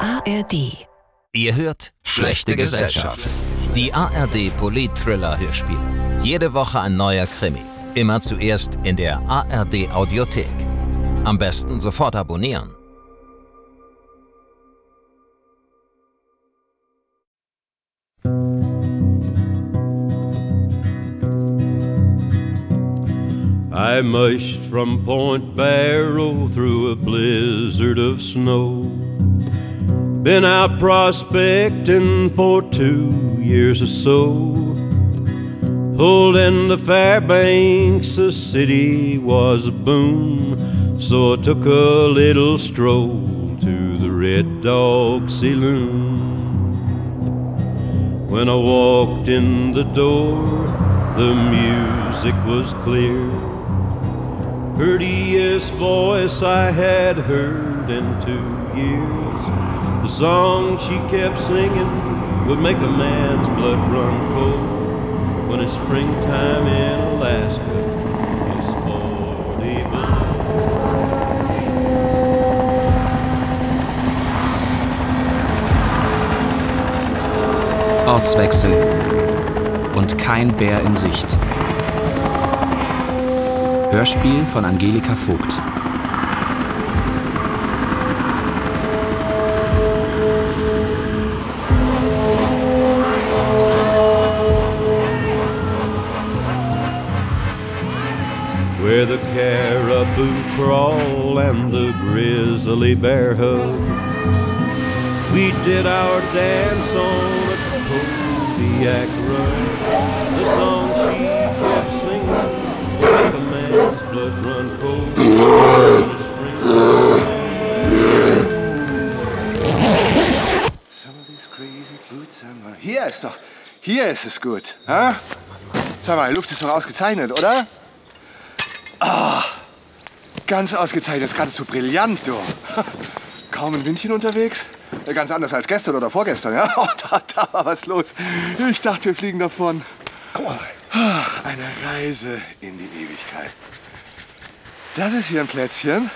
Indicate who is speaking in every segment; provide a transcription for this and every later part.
Speaker 1: ARD.
Speaker 2: Ihr hört Schlechte Gesellschaft. Die ARD Polit-Thriller Hörspiel. Jede Woche ein neuer Krimi. Immer zuerst in der ARD Audiothek. Am besten sofort abonnieren.
Speaker 3: I mushed from Point Barrow through a blizzard of snow. Been out prospecting for two years or so. Pulled into Fairbanks, the city was a boom. So I took a little stroll to the Red Dog Saloon. When I walked in the door, the music was clear prettiest voice I had heard in two years. The song she kept singing would make a man's blood run cold when it's springtime in Alaska. It's 40 below.
Speaker 4: Ortswechsel und kein Bär in Sicht. Hörspiel von Angelika Vogt.
Speaker 3: Where the caribou crawl and the grizzly bear hug, we did our dance on a Kodiak run. The song she kept singing.
Speaker 5: Hier ist doch, hier ist es gut. Ha? Sag mal, Luft ist doch ausgezeichnet, oder? Ah, ganz ausgezeichnet, ist geradezu brillant, du. Kaum ein Windchen unterwegs. Äh, Ganz anders als gestern oder vorgestern, ja? Oh, da, da war was los. Ich dachte, wir fliegen davon. Aua. Eine Reise in die Ewigkeit. Das ist hier ein Plätzchen.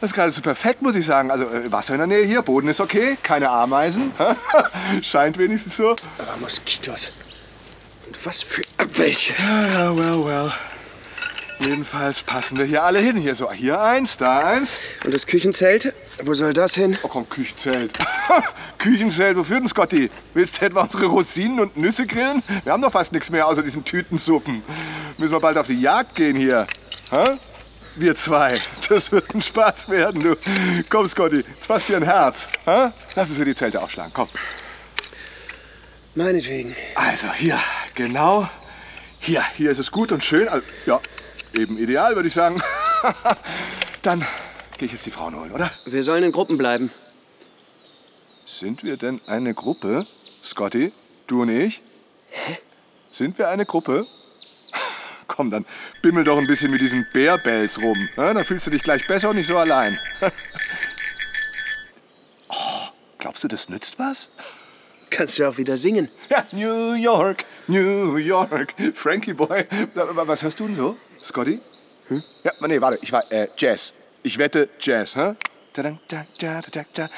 Speaker 5: Das ist geradezu perfekt, muss ich sagen. Also Wasser in der Nähe hier, Boden ist okay, keine Ameisen. Scheint wenigstens so.
Speaker 6: Aber Moskitos. Und was für welche?
Speaker 5: Ja, well, well. Jedenfalls passen wir hier alle hin. Hier so, hier eins, da eins.
Speaker 6: Und das Küchenzelt? Wo soll das hin?
Speaker 5: Oh komm, Küchenzelt. Küchenzelt, wofür denn, Scotty? Willst du etwa unsere Rosinen und Nüsse grillen? Wir haben doch fast nichts mehr außer diesen Tütensuppen. Müssen wir bald auf die Jagd gehen hier. Ha? Wir zwei. Das wird ein Spaß werden, du. Komm, Scotty, fass dir ein Herz. Ha? Lass uns hier die Zelte aufschlagen, komm.
Speaker 6: Meinetwegen.
Speaker 5: Also hier, genau hier. Hier ist es gut und schön. Also, ja, eben ideal, würde ich sagen. Dann gehe ich jetzt die Frauen holen, oder?
Speaker 6: Wir sollen in Gruppen bleiben.
Speaker 5: Sind wir denn eine Gruppe? Scotty, du und ich?
Speaker 6: Hä?
Speaker 5: Sind wir eine Gruppe? Komm, dann bimmel doch ein bisschen mit diesen Bärbells rum. Ja, dann fühlst du dich gleich besser und nicht so allein. oh, glaubst du, das nützt was?
Speaker 6: Kannst du auch wieder singen.
Speaker 5: Ja, New York, New York, Frankie Boy. Was hörst du denn so? Scotty? Hm? Ja, nee, warte, ich war äh, Jazz. Ich wette Jazz, hä?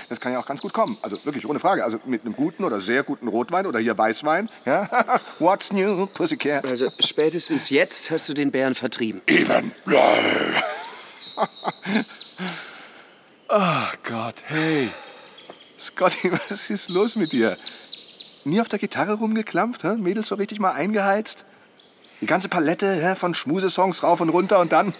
Speaker 5: Das kann ja auch ganz gut kommen. Also wirklich, ohne Frage. Also mit einem guten oder sehr guten Rotwein oder hier Weißwein. Ja? What's new, Pussycat?
Speaker 6: Also spätestens jetzt hast du den Bären vertrieben.
Speaker 5: Eben. oh Gott, hey. Scotty, was ist los mit dir? Nie auf der Gitarre rumgeklampft, hä? Mädels so richtig mal eingeheizt? Die ganze Palette hä? von Schmusesongs rauf und runter und dann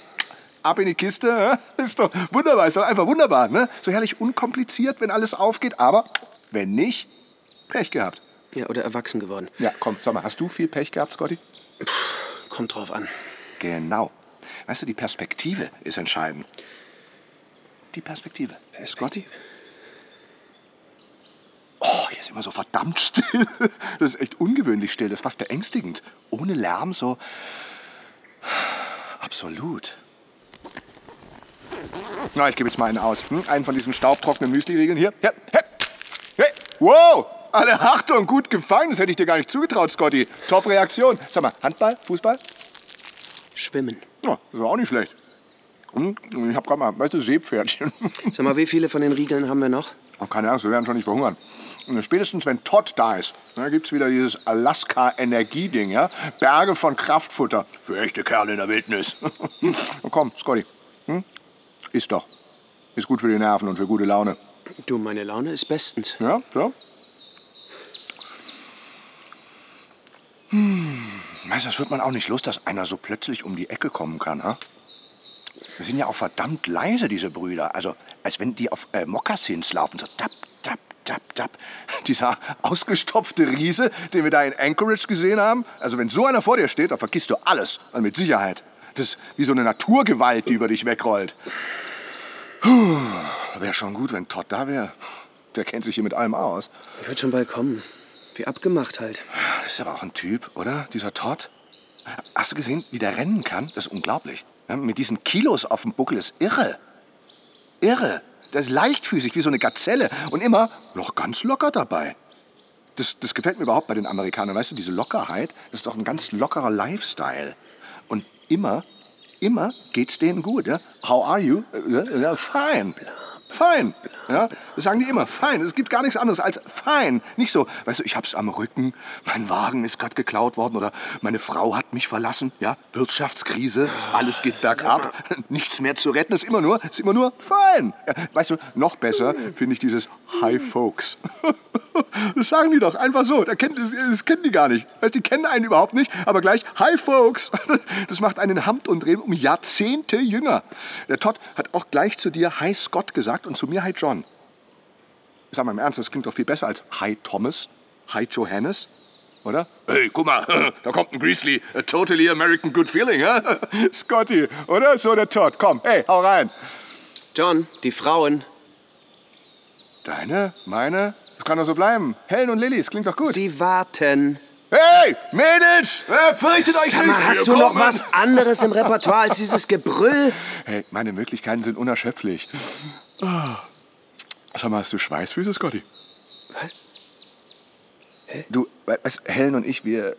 Speaker 5: ab in die Kiste. Hä? Ist doch wunderbar, ist doch einfach wunderbar. Ne? So herrlich unkompliziert, wenn alles aufgeht. Aber wenn nicht, Pech gehabt.
Speaker 6: Ja, oder erwachsen geworden.
Speaker 5: Ja, komm, sag mal, hast du viel Pech gehabt, Scotty?
Speaker 6: Puh, kommt drauf an.
Speaker 5: Genau. Weißt du, die Perspektive ist entscheidend. Die Perspektive. Perspektive. Scotty? Oh, hier ist immer so verdammt still. Das ist echt ungewöhnlich still. Das ist fast beängstigend. Ohne Lärm so. Absolut. Na, ich gebe jetzt mal einen aus. Hm? Einen von diesen staubtrockenen Müsli-Riegeln hier. Hey, hey, hey. Wow! Alle Achtung, gut gefangen. Das hätte ich dir gar nicht zugetraut, Scotty. Top Reaktion. Sag mal, Handball, Fußball?
Speaker 6: Schwimmen.
Speaker 5: Ja, das war auch nicht schlecht. Hm? Ich habe gerade mal, weißt du, Seepferdchen.
Speaker 6: Sag mal, wie viele von den Riegeln haben wir noch?
Speaker 5: Oh, keine Angst, wir werden schon nicht verhungern. Und Spätestens wenn Todd da ist, ne, gibt es wieder dieses Alaska-Energieding, ja? Berge von Kraftfutter für echte Kerle in der Wildnis. Und komm, Scotty, hm? isst doch. Ist gut für die Nerven und für gute Laune.
Speaker 6: Du, meine Laune ist bestens.
Speaker 5: Ja, so. Hm, weißt du, das wird man auch nicht los, dass einer so plötzlich um die Ecke kommen kann, ha? Wir sind ja auch verdammt leise, diese Brüder. Also, als wenn die auf äh, Mokassins laufen, so tap, tap, tap, tap. Dieser ausgestopfte Riese, den wir da in Anchorage gesehen haben. Also, wenn so einer vor dir steht, dann vergisst du alles. Und mit Sicherheit. Das ist wie so eine Naturgewalt, die über dich wegrollt. Wäre schon gut, wenn Todd da wäre. Der kennt sich hier mit allem aus.
Speaker 6: Wird schon bald kommen. Wie abgemacht halt.
Speaker 5: Das ist aber auch ein Typ, oder? Dieser Todd. Hast du gesehen, wie der rennen kann? Das ist unglaublich. Ja, mit diesen Kilos auf dem Buckel ist irre. Irre. Der ist leichtfüßig wie so eine Gazelle und immer noch ganz locker dabei. Das, das gefällt mir überhaupt bei den Amerikanern. Weißt du, diese Lockerheit, das ist doch ein ganz lockerer Lifestyle. Und immer, immer geht's denen gut. Ja? How are you? Ja, ja, fine. Fine. Ja, das sagen die immer. Fine. Es gibt gar nichts anderes als fine. Nicht so, weißt du, ich hab's am Rücken, mein Wagen ist gerade geklaut worden oder meine Frau hat mich verlassen. Ja, Wirtschaftskrise, alles geht bergab, nichts mehr zu retten. Ist immer nur, ist immer nur fine. Ja, weißt du, noch besser finde ich dieses Hi Folks. Das sagen die doch einfach so. Da kennt, das kennen die gar nicht. Weißt, die kennen einen überhaupt nicht, aber gleich, hi folks. Das macht einen Hamt und Drehen um Jahrzehnte jünger. Der Todd hat auch gleich zu dir hi Scott gesagt und zu mir hi John. Ich sag mal im Ernst, das klingt doch viel besser als hi Thomas, hi Johannes, oder? Hey, guck mal, da kommt ein Grizzly. A totally American good feeling, hä? Scotty, oder? So der Todd. Komm, hey, hau rein.
Speaker 6: John, die Frauen.
Speaker 5: Deine, meine, das kann doch so bleiben. Helen und Lilly, das klingt doch gut.
Speaker 6: Sie warten.
Speaker 5: Hey, Mädels, äh, fürchtet euch
Speaker 6: Sag
Speaker 5: nicht.
Speaker 6: mal,
Speaker 5: Wir
Speaker 6: hast du noch
Speaker 5: kommen.
Speaker 6: was anderes im Repertoire als dieses Gebrüll?
Speaker 5: Hey, meine Möglichkeiten sind unerschöpflich. Ah. Sag mal, hast du Schweißfüße, Scotty?
Speaker 6: Was?
Speaker 5: Äh, Du, we- weißt, Helen und ich, wir,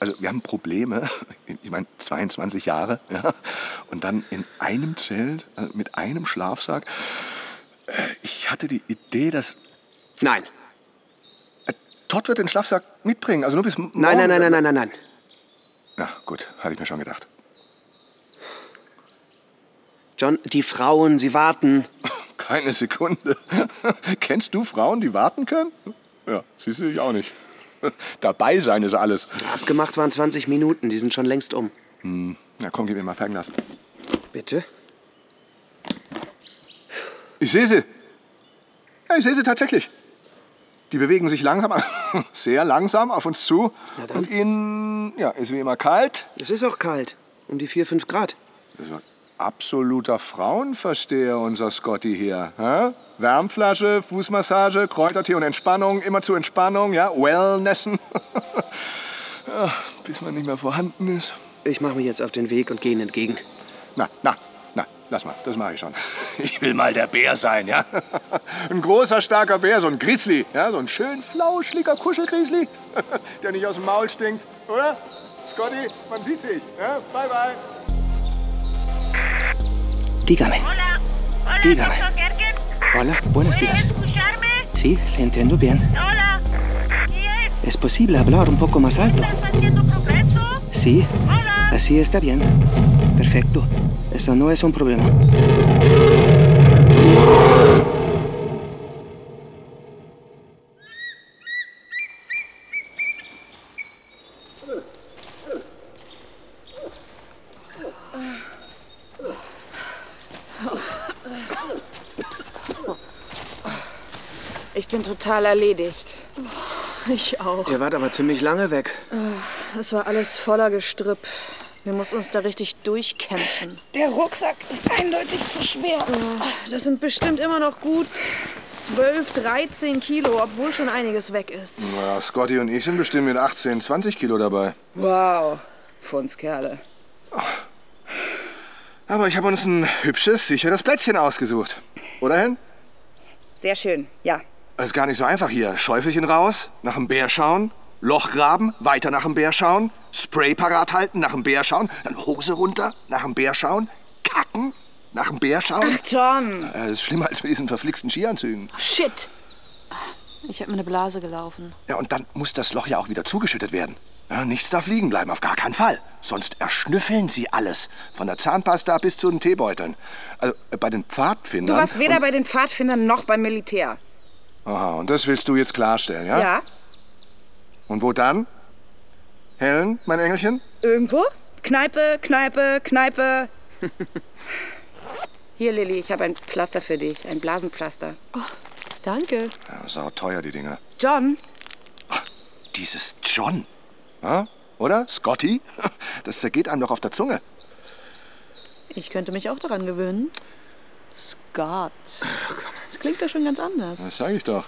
Speaker 5: also wir haben Probleme. Ich meine, 22 Jahre, ja. Und dann in einem Zelt äh, mit einem Schlafsack. Äh, Ich hatte die Idee, dass
Speaker 6: Nein.
Speaker 5: äh, Todd wird den Schlafsack mitbringen. Also nur bis morgen.
Speaker 6: Nein, nein, nein, nein, nein, nein, nein.
Speaker 5: Na gut, hatte ich mir schon gedacht.
Speaker 6: John, die Frauen, sie warten.
Speaker 5: Keine Sekunde. Kennst du Frauen, die warten können? Ja, siehst du ich auch nicht. Dabei sein ist alles.
Speaker 6: Abgemacht waren 20 Minuten, die sind schon längst um.
Speaker 5: Na komm, gib mir mal Fernglas.
Speaker 6: Bitte?
Speaker 5: Ich sehe sie. Ja, ich sehe sie tatsächlich. Die bewegen sich langsam, sehr langsam auf uns zu.
Speaker 6: dann.
Speaker 5: Und ihnen ja, ist wie immer kalt.
Speaker 6: Es ist auch kalt. Um die 4, 5 Grad.
Speaker 5: Das ist ein absoluter Frauenversteher, unser Scotty hier. Hä? Wärmflasche, Fußmassage, Kräutertee und Entspannung, immer zur Entspannung, ja, Wellnessen. ja, bis man nicht mehr vorhanden ist.
Speaker 6: Ich mache mich jetzt auf den Weg und gehe ihnen entgegen.
Speaker 5: Na, na, na, lass mal, das mache ich schon. Ich will mal der Bär sein, ja? Ein großer, starker Bär, so ein Grizzly, ja? So ein schön flauschliger Kuschelgrizzly, der nicht aus dem Maul stinkt, oder? Scotty, man sieht sich, ja? Bye, bye.
Speaker 6: Dígame.
Speaker 1: Hola. Hola,
Speaker 6: Dígame.
Speaker 1: doctor Gergen.
Speaker 6: Hola, buenos
Speaker 1: ¿Puede
Speaker 6: días.
Speaker 1: escucharme?
Speaker 6: Sí, le entiendo bien.
Speaker 1: Hola. ¿Quién
Speaker 6: Es posible hablar un poco más alto.
Speaker 1: estás haciendo progreso?
Speaker 6: Sí,
Speaker 1: Hola.
Speaker 6: así está bien. Perfecto. Eso no es un problema.
Speaker 7: Ich bin total erledigt.
Speaker 8: Oh, Ich auch.
Speaker 6: Ihr wart aber ziemlich lange weg.
Speaker 8: Es war alles voller Gestrüpp. Wir mussten uns da richtig durchkämpfen. Oh,
Speaker 7: Der Rucksack ist eindeutig zu schwer.
Speaker 8: Das sind bestimmt immer noch gut 12, 13 Kilo, obwohl schon einiges weg ist.
Speaker 5: Ja, Scotty und ich sind bestimmt mit 18, 20 Kilo dabei.
Speaker 7: Wow, Pfundskerle.
Speaker 5: Aber ich habe uns ein hübsches, sicheres Plätzchen ausgesucht. Oder, Hen?
Speaker 7: Sehr schön, ja.
Speaker 5: Das ist gar nicht so einfach hier. Schäufelchen raus, nach dem Bär schauen, Loch graben, weiter nach dem Bär schauen, Spray parat halten, nach dem Bär schauen, dann Hose runter, nach dem Bär schauen, kacken, Nach dem Bär schauen?
Speaker 7: Ach, Tom.
Speaker 5: Ja, Das ist schlimmer als mit diesen verflixten Skianzügen.
Speaker 9: Shit! Ich habe mir eine Blase gelaufen.
Speaker 5: Ja, und dann muss das Loch ja auch wieder zugeschüttet werden. Ja, nichts darf liegen bleiben, auf gar keinen Fall. Sonst erschnüffeln sie alles. Von der Zahnpasta bis zu den Teebeuteln. Also äh, bei den
Speaker 7: Du
Speaker 5: Pfadfindern.
Speaker 7: warst weder
Speaker 5: und,
Speaker 7: bei den Pfadfindern noch beim Militär.
Speaker 5: Aha, und das willst du jetzt klarstellen, ja?
Speaker 7: Ja?
Speaker 5: Und wo dann? Helen, mein Engelchen?
Speaker 7: Irgendwo? Kneipe, Kneipe, Kneipe. Hier, Lilly, ich habe ein Pflaster für dich. Ein Blasenpflaster.
Speaker 9: Oh, Danke.
Speaker 5: Ja, sau teuer, die Dinger.
Speaker 7: John,
Speaker 5: Dieses John. Ja, oder? Scotty? Das zergeht einem doch auf der Zunge.
Speaker 9: Ich könnte mich auch daran gewöhnen. Scott. Das klingt doch schon ganz anders.
Speaker 5: Das sage ich doch.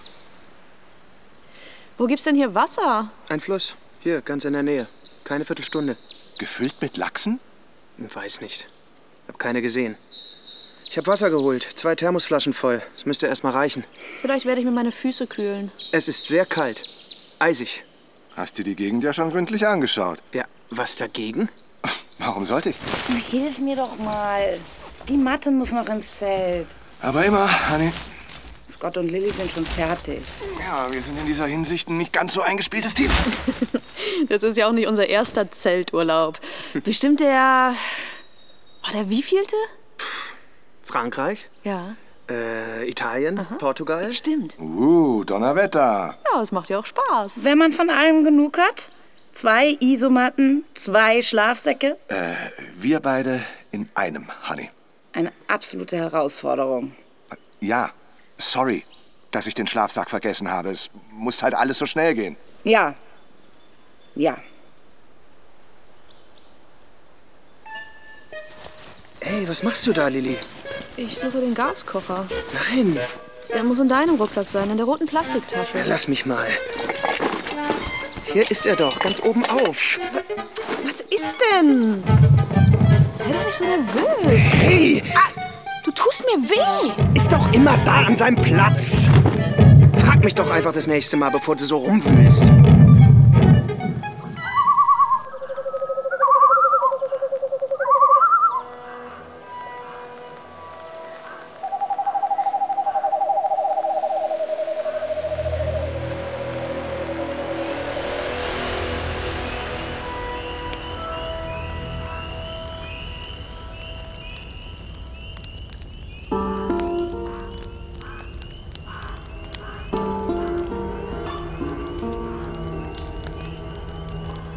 Speaker 9: Wo gibt's denn hier Wasser?
Speaker 6: Ein Fluss. Hier, ganz in der Nähe. Keine Viertelstunde.
Speaker 5: Gefüllt mit Lachsen?
Speaker 6: Weiß nicht. Hab keine gesehen. Ich hab Wasser geholt. Zwei Thermosflaschen voll. Das müsste erstmal reichen.
Speaker 9: Vielleicht werde ich mir meine Füße kühlen.
Speaker 6: Es ist sehr kalt. Eisig.
Speaker 5: Hast dir die Gegend ja schon gründlich angeschaut.
Speaker 6: Ja, was dagegen?
Speaker 5: Warum sollte ich?
Speaker 7: hilf mir doch mal. Die Matte muss noch ins Zelt.
Speaker 5: Aber immer, Honey.
Speaker 7: Scott und Lilly sind schon fertig.
Speaker 5: Ja, wir sind in dieser Hinsicht ein nicht ganz so eingespieltes Team.
Speaker 9: Das ist ja auch nicht unser erster Zelturlaub. Bestimmt der. War der wievielte?
Speaker 6: Frankreich?
Speaker 9: Ja.
Speaker 6: Äh, Italien? Portugal?
Speaker 9: Stimmt.
Speaker 5: Uh, Donnerwetter.
Speaker 9: Ja, es macht ja auch Spaß.
Speaker 7: Wenn man von allem genug hat, zwei Isomatten, zwei Schlafsäcke.
Speaker 5: Äh, Wir beide in einem, Honey.
Speaker 7: Eine absolute Herausforderung.
Speaker 5: Ja, sorry, dass ich den Schlafsack vergessen habe. Es muss halt alles so schnell gehen.
Speaker 7: Ja. Ja.
Speaker 6: Hey, was machst du da, Lilly?
Speaker 9: Ich suche den Gaskocher.
Speaker 6: Nein,
Speaker 9: Der muss in deinem Rucksack sein, in der roten Plastiktasche.
Speaker 6: lass mich mal. Hier ist er doch, ganz oben auf.
Speaker 9: Was ist denn? Sei doch nicht so nervös.
Speaker 6: Hey,
Speaker 9: Ah, Du tust mir weh.
Speaker 6: ist doch immer da an seinem Platz. Frag mich doch einfach das nächste Mal, bevor du so rumwühlst.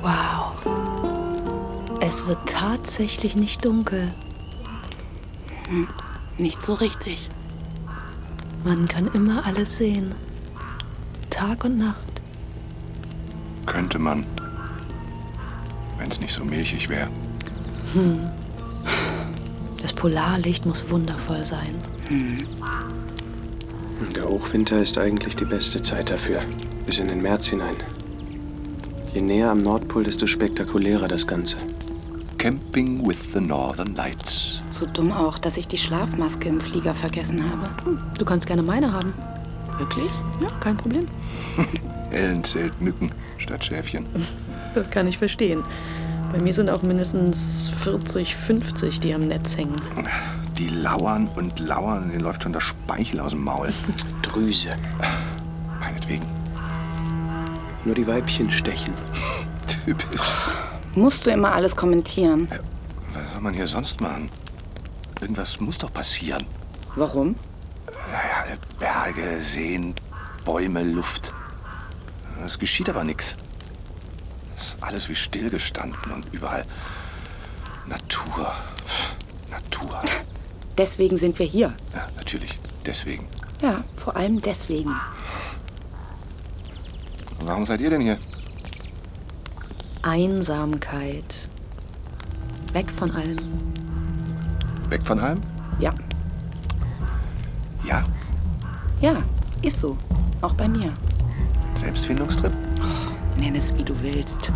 Speaker 9: Wow. Es wird tatsächlich nicht dunkel. Hm,
Speaker 7: Nicht so richtig.
Speaker 9: Man kann immer alles sehen. Tag und Nacht.
Speaker 5: Könnte man. Wenn es nicht so milchig wäre.
Speaker 9: Das Polarlicht muss wundervoll sein.
Speaker 6: Der Hochwinter ist eigentlich die beste Zeit dafür. Bis in den März hinein. Je näher am Nordpol, desto spektakulärer das Ganze.
Speaker 5: Camping with the Northern Lights.
Speaker 7: So dumm auch, dass ich die Schlafmaske im Flieger vergessen habe.
Speaker 9: Du kannst gerne meine haben.
Speaker 7: Wirklich?
Speaker 9: Ja, kein Problem.
Speaker 5: Ellen zählt Mücken statt Schäfchen.
Speaker 9: Das kann ich verstehen. Bei mir sind auch mindestens 40, 50, die am Netz hängen.
Speaker 5: Die lauern und lauern, denen läuft schon der Speichel aus dem Maul.
Speaker 6: Drüse.
Speaker 5: Meinetwegen.
Speaker 6: Nur die Weibchen stechen.
Speaker 5: Typisch.
Speaker 7: Musst du immer alles kommentieren.
Speaker 5: Ja, Was soll man hier sonst machen? Irgendwas muss doch passieren.
Speaker 7: Warum?
Speaker 5: Naja, Berge, Seen, Bäume, Luft. Es geschieht aber nichts. Es ist alles wie stillgestanden und überall Natur. Pff, Natur.
Speaker 7: Deswegen sind wir hier.
Speaker 5: Ja, natürlich. Deswegen.
Speaker 7: Ja, vor allem deswegen.
Speaker 5: Warum seid ihr denn hier?
Speaker 9: Einsamkeit. Weg von allem.
Speaker 5: Weg von Heim?
Speaker 7: Ja.
Speaker 5: Ja.
Speaker 7: Ja, ist so. Auch bei mir.
Speaker 5: Selbstfindungstrip?
Speaker 7: Nenn es, wie du willst.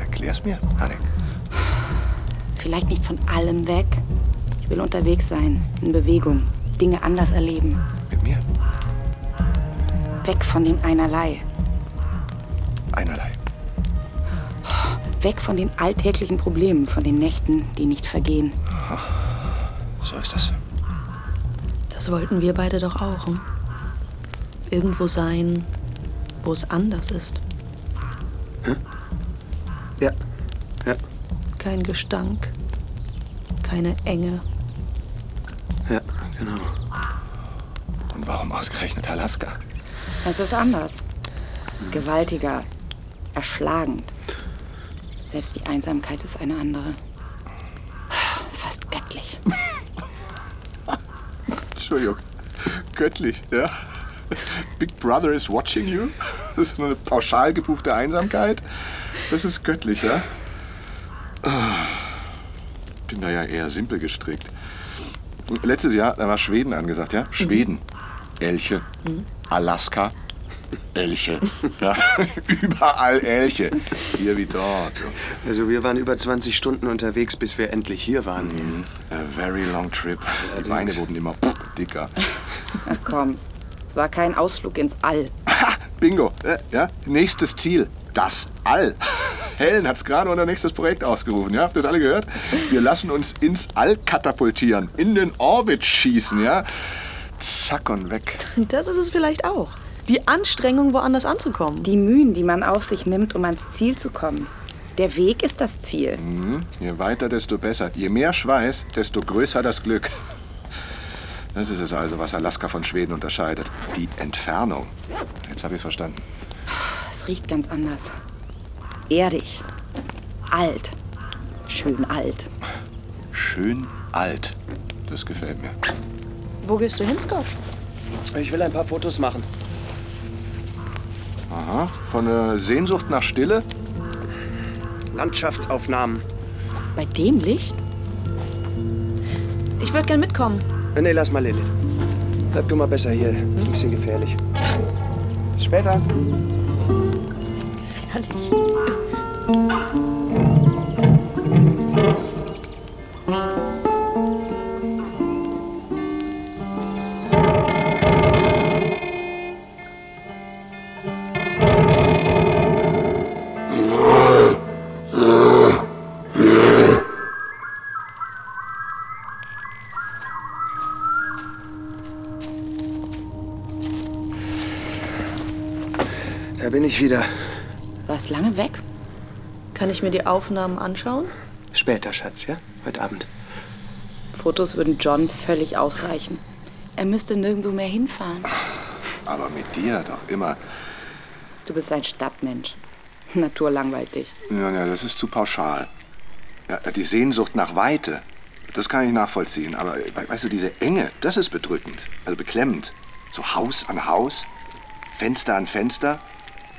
Speaker 5: Erklär's mir, Hanne.
Speaker 7: Vielleicht nicht von allem weg. Ich will unterwegs sein, in Bewegung, Dinge anders erleben.
Speaker 5: Mit mir?
Speaker 7: Weg von dem Einerlei.
Speaker 5: Einerlei.
Speaker 7: Weg von den alltäglichen Problemen, von den Nächten, die nicht vergehen.
Speaker 6: So ist das.
Speaker 9: Das wollten wir beide doch auch. Hm? Irgendwo sein, wo es anders ist.
Speaker 6: Ja. Ja.
Speaker 9: Kein Gestank, keine Enge.
Speaker 6: Ja, genau.
Speaker 5: Und warum ausgerechnet Alaska?
Speaker 7: Es ist anders. Gewaltiger, erschlagend. Selbst die Einsamkeit ist eine andere. Fast göttlich.
Speaker 5: Entschuldigung. Göttlich, ja? Big Brother is watching you? Das ist nur eine pauschal gebuchte Einsamkeit? Das ist göttlich, ja? Ah, Bin da ja eher simpel gestrickt. Letztes Jahr, da war Schweden angesagt, ja? Schweden. Elche. Alaska. Elche. Ja? Überall Elche. Hier wie dort.
Speaker 6: Also wir waren über 20 Stunden unterwegs, bis wir endlich hier waren.
Speaker 5: Mhm. A very long trip. Die Beine wurden immer dicker.
Speaker 7: Ach komm, es war kein Ausflug ins All.
Speaker 5: Ha, Bingo. Äh, Ja, nächstes Ziel. Das All. Helen hat es gerade unser nächstes Projekt ausgerufen. Ja? Habt ihr das alle gehört? Wir lassen uns ins All katapultieren, in den Orbit schießen. Ja? Zack und weg.
Speaker 9: Das ist es vielleicht auch. Die Anstrengung, woanders anzukommen.
Speaker 7: Die Mühen, die man auf sich nimmt, um ans Ziel zu kommen. Der Weg ist das Ziel.
Speaker 5: Je weiter, desto besser. Je mehr Schweiß, desto größer das Glück. Das ist es also, was Alaska von Schweden unterscheidet. Die Entfernung. Jetzt habe ich es verstanden.
Speaker 7: Es riecht ganz anders. Erdig. Alt. Schön alt.
Speaker 5: Schön alt. Das gefällt mir.
Speaker 9: Wo gehst du hin, Scott?
Speaker 6: Ich will ein paar Fotos machen.
Speaker 5: Aha. Von der Sehnsucht nach Stille?
Speaker 6: Landschaftsaufnahmen.
Speaker 7: Bei dem Licht?
Speaker 9: Ich würde gern mitkommen.
Speaker 6: Äh, Nee, lass mal Lilith. Bleib du mal besser hier. Ist ein bisschen gefährlich. Bis später. Da bin ich wieder.
Speaker 7: War es lange weg?
Speaker 9: Kann ich mir die Aufnahmen anschauen?
Speaker 6: Später, Schatz, ja? Heute Abend.
Speaker 7: Fotos würden John völlig ausreichen. Er müsste nirgendwo mehr hinfahren.
Speaker 5: Aber mit dir doch immer.
Speaker 7: Du bist ein Stadtmensch. Natur langweilt dich.
Speaker 5: Ja, ja, das ist zu pauschal. Ja, die Sehnsucht nach Weite, das kann ich nachvollziehen. Aber äh, we- weißt du, diese Enge, das ist bedrückend, also beklemmend. So Haus an Haus, Fenster an Fenster.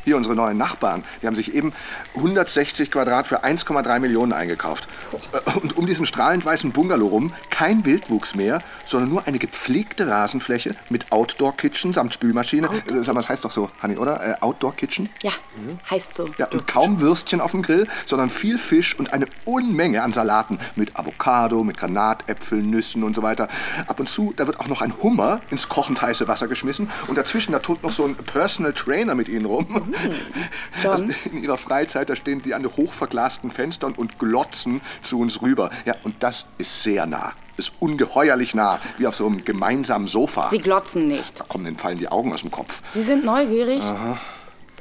Speaker 5: Hier unsere neuen Nachbarn, die haben sich eben 160 Quadrat für 1,3 Millionen eingekauft. Äh, Und um diesen strahlend weißen Bungalow rum kein Wildwuchs mehr, sondern nur eine gepflegte Rasenfläche mit Outdoor-Kitchen samt Spülmaschine. Äh, Sag mal, das heißt doch so, Hanni, oder? Äh, Outdoor-Kitchen?
Speaker 7: Ja, heißt so.
Speaker 5: Ja, und kaum Würstchen auf dem Grill, sondern viel Fisch und eine Unmenge an Salaten mit Avocado, mit Granatäpfeln, Nüssen und so weiter. Ab und zu, da wird auch noch ein Hummer ins kochend heiße Wasser geschmissen und dazwischen, da tobt noch so ein Personal Trainer mit ihnen rum.
Speaker 7: Mm,
Speaker 5: Also
Speaker 7: John?
Speaker 5: in ihrer Freizeit, da stehen sie an den hochverglasten Fenstern und glotzen zu uns rüber. Ja, und das ist sehr nah. Ist ungeheuerlich nah, wie auf so einem gemeinsamen Sofa.
Speaker 7: Sie glotzen nicht.
Speaker 5: da kommen denen fallen die Augen aus dem Kopf.
Speaker 7: Sie sind neugierig.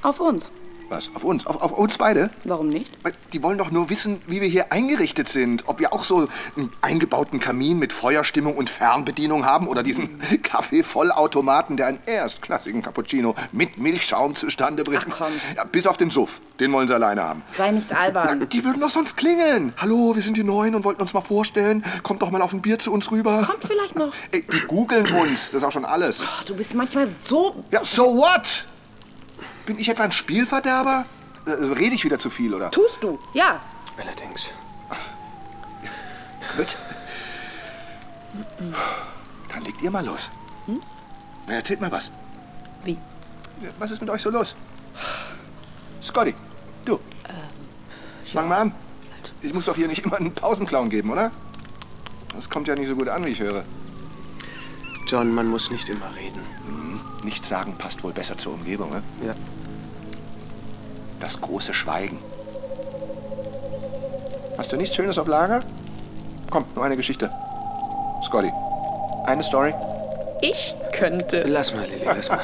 Speaker 7: Auf uns.
Speaker 5: Was? Auf uns? Auf, auf uns beide?
Speaker 7: Warum nicht?
Speaker 5: Weil Die wollen doch nur wissen, wie wir hier eingerichtet sind. Ob wir auch so einen eingebauten Kamin mit Feuerstimmung und Fernbedienung haben oder diesen Kaffee-Vollautomaten, der einen erstklassigen Cappuccino mit Milchschaum zustande bringt.
Speaker 7: Ach komm.
Speaker 5: Ja, bis auf den Suff. Den wollen sie alleine haben.
Speaker 7: Sei nicht albern.
Speaker 5: Die würden doch sonst klingeln. Hallo, wir sind die Neuen und wollten uns mal vorstellen. Kommt doch mal auf ein Bier zu uns rüber.
Speaker 7: Kommt vielleicht noch.
Speaker 5: Ey, die googeln uns. Das ist auch schon alles.
Speaker 7: Ach, du bist manchmal so.
Speaker 5: Ja, so what? Bin ich etwa ein Spielverderber? Äh, rede ich wieder zu viel, oder?
Speaker 7: Tust du? Ja.
Speaker 6: Allerdings.
Speaker 5: Gut. Dann legt ihr mal los. Na, erzählt mal was.
Speaker 9: Wie?
Speaker 5: Was ist mit euch so los? Scotty, du. Fang mal an. Ich muss doch hier nicht immer einen Pausenclown geben, oder? Das kommt ja nicht so gut an, wie ich höre.
Speaker 6: John, man muss nicht immer reden.
Speaker 5: Nichts sagen passt wohl besser zur Umgebung, ne?
Speaker 6: Ja.
Speaker 5: Das große Schweigen. Hast du nichts Schönes auf Lager? Komm, nur eine Geschichte. Scotty, eine Story.
Speaker 9: Ich könnte.
Speaker 6: Lass mal, Lilly, lass mal.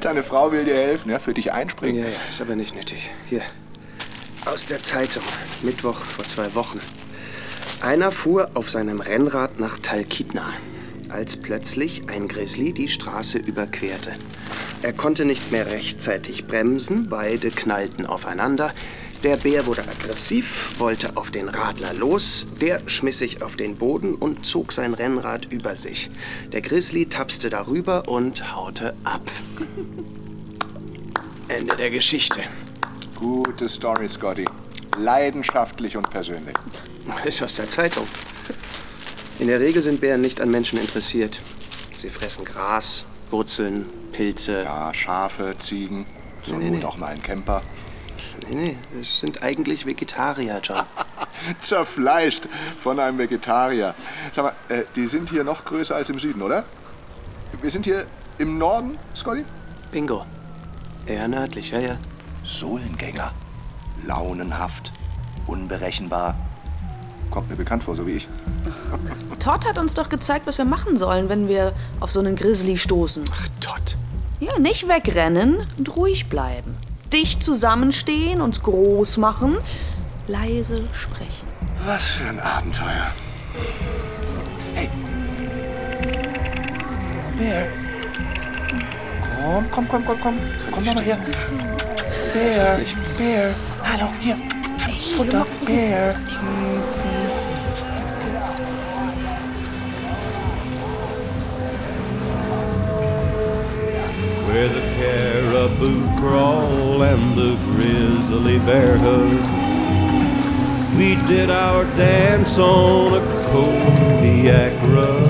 Speaker 5: Deine Frau will dir helfen, ja, für dich einspringen.
Speaker 6: Ja, ja, ist aber nicht nötig. Hier. Aus der Zeitung. Mittwoch vor zwei Wochen. Einer fuhr auf seinem Rennrad nach Talkeetna, als plötzlich ein Grizzly die Straße überquerte. Er konnte nicht mehr rechtzeitig bremsen, beide knallten aufeinander. Der Bär wurde aggressiv, wollte auf den Radler los, der schmiss sich auf den Boden und zog sein Rennrad über sich. Der Grizzly tapste darüber und haute ab. Ende der Geschichte.
Speaker 5: Gute Story, Scotty. Leidenschaftlich und persönlich.
Speaker 6: Ist aus der Zeitung. In der Regel sind Bären nicht an Menschen interessiert. Sie fressen Gras, Wurzeln, Pilze.
Speaker 5: Ja, Schafe, Ziegen, zur
Speaker 6: Nee, nee,
Speaker 5: Not
Speaker 6: nee.
Speaker 5: auch mal ein Camper.
Speaker 6: Nee, nee, es sind eigentlich Vegetarier, John.
Speaker 5: Zerfleischt von einem Vegetarier. Sag mal, äh, die sind hier noch größer als im Süden, oder? Wir sind hier im Norden, Scotty?
Speaker 6: Bingo. Eher nördlich, ja, ja.
Speaker 5: Sohlengänger. Launenhaft. Unberechenbar. Kommt mir bekannt vor, so wie ich.
Speaker 9: Todd hat uns doch gezeigt, was wir machen sollen, wenn wir auf so einen Grizzly stoßen.
Speaker 6: Ach, Todd.
Speaker 9: Ja, nicht wegrennen und ruhig bleiben. Dicht zusammenstehen, uns groß machen, leise sprechen.
Speaker 5: Was für ein Abenteuer. Hey. Bär. Komm, komm, komm, komm, komm. Komm doch mal her. Bär, Bär. Hallo, hier. Futter, Bär.
Speaker 3: where the caribou crawl and the grizzly bear hug. We did our dance on a Kodiak rug.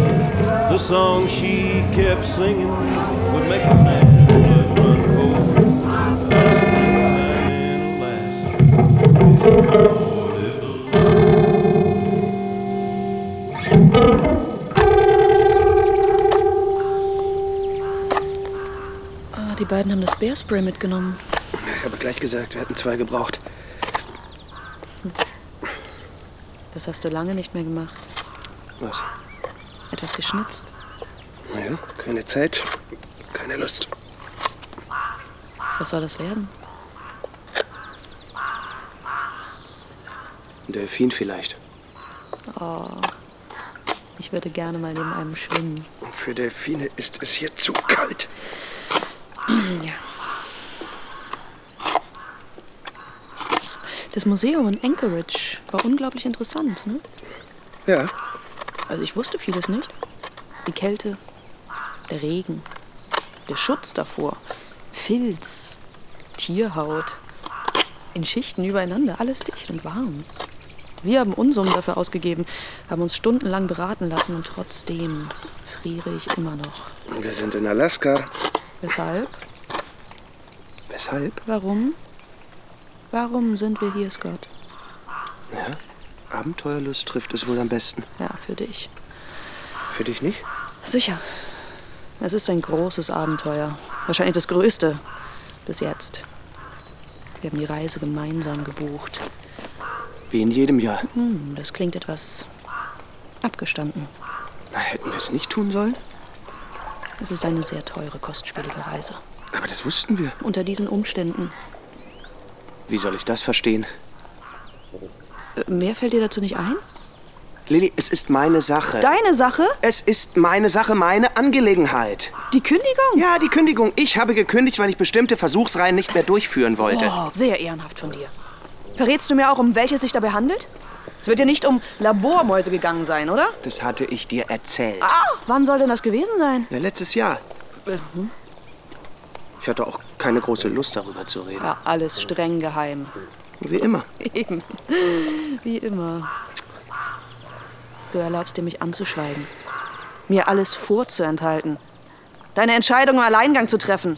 Speaker 3: The song she kept singing would make a man's blood run cold. But a springtime in Alaska is a border blue.
Speaker 9: Ah, die beiden haben das Bearspray mitgenommen.
Speaker 6: Ich habe gleich gesagt, wir hätten zwei gebraucht.
Speaker 9: Das hast du lange nicht mehr gemacht.
Speaker 6: Was?
Speaker 9: Etwas geschnitzt.
Speaker 6: Naja, keine Zeit, keine Lust.
Speaker 9: Was soll das werden?
Speaker 6: Ein Delfin vielleicht.
Speaker 9: Ich würde gerne mal neben einem schwimmen.
Speaker 6: Für Delfine ist es hier zu kalt.
Speaker 9: Das Museum in Anchorage war unglaublich interessant, ne?
Speaker 6: Ja,
Speaker 9: Also ich wusste vieles nicht. Die Kälte, der Regen, der Schutz davor, Filz, Tierhaut. In Schichten übereinander, alles dicht und warm. Wir haben Unsummen dafür ausgegeben, haben uns stundenlang beraten lassen und trotzdem friere ich immer noch.
Speaker 6: wir sind in Alaska.
Speaker 9: Weshalb?
Speaker 6: Weshalb?
Speaker 9: Warum? Warum sind wir hier, Scott?
Speaker 6: Ja, Abenteuerlust trifft es wohl am besten.
Speaker 9: Ja, für dich.
Speaker 6: Für dich nicht?
Speaker 9: Sicher. Es ist ein großes Abenteuer. Wahrscheinlich das größte bis jetzt. Wir haben die Reise gemeinsam gebucht.
Speaker 6: Wie in jedem Jahr.
Speaker 9: Hm, das klingt etwas abgestanden.
Speaker 6: Na, hätten wir es nicht tun sollen?
Speaker 9: Es ist eine sehr teure, kostspielige Reise.
Speaker 6: Aber das wussten wir.
Speaker 9: Unter diesen Umständen.
Speaker 6: Wie soll ich das verstehen?
Speaker 9: Äh, Mehr fällt dir dazu nicht ein?
Speaker 6: Lilly, es ist meine Sache.
Speaker 9: Deine Sache?
Speaker 6: es ist meine Sache, meine Angelegenheit.
Speaker 9: Die Kündigung?
Speaker 6: Ja, die Kündigung. Ich habe gekündigt, weil ich bestimmte Versuchsreihen nicht mehr durchführen wollte.
Speaker 9: Oh, sehr ehrenhaft von dir. Verrätst du mir auch, um welches sich dabei handelt? Es wird ja nicht um Labormäuse gegangen sein, oder?
Speaker 6: Das hatte ich dir erzählt.
Speaker 9: Ah, Äh, hm? wann soll denn das gewesen sein?
Speaker 6: Ja, letztes Jahr. Ich hatte auch keine große Lust, darüber zu reden.
Speaker 9: Ja, alles streng geheim.
Speaker 6: Wie immer.
Speaker 9: Eben. Wie immer. Du erlaubst dir, mich anzuschweigen. Mir alles vorzuenthalten. Deine Entscheidung im Alleingang zu treffen.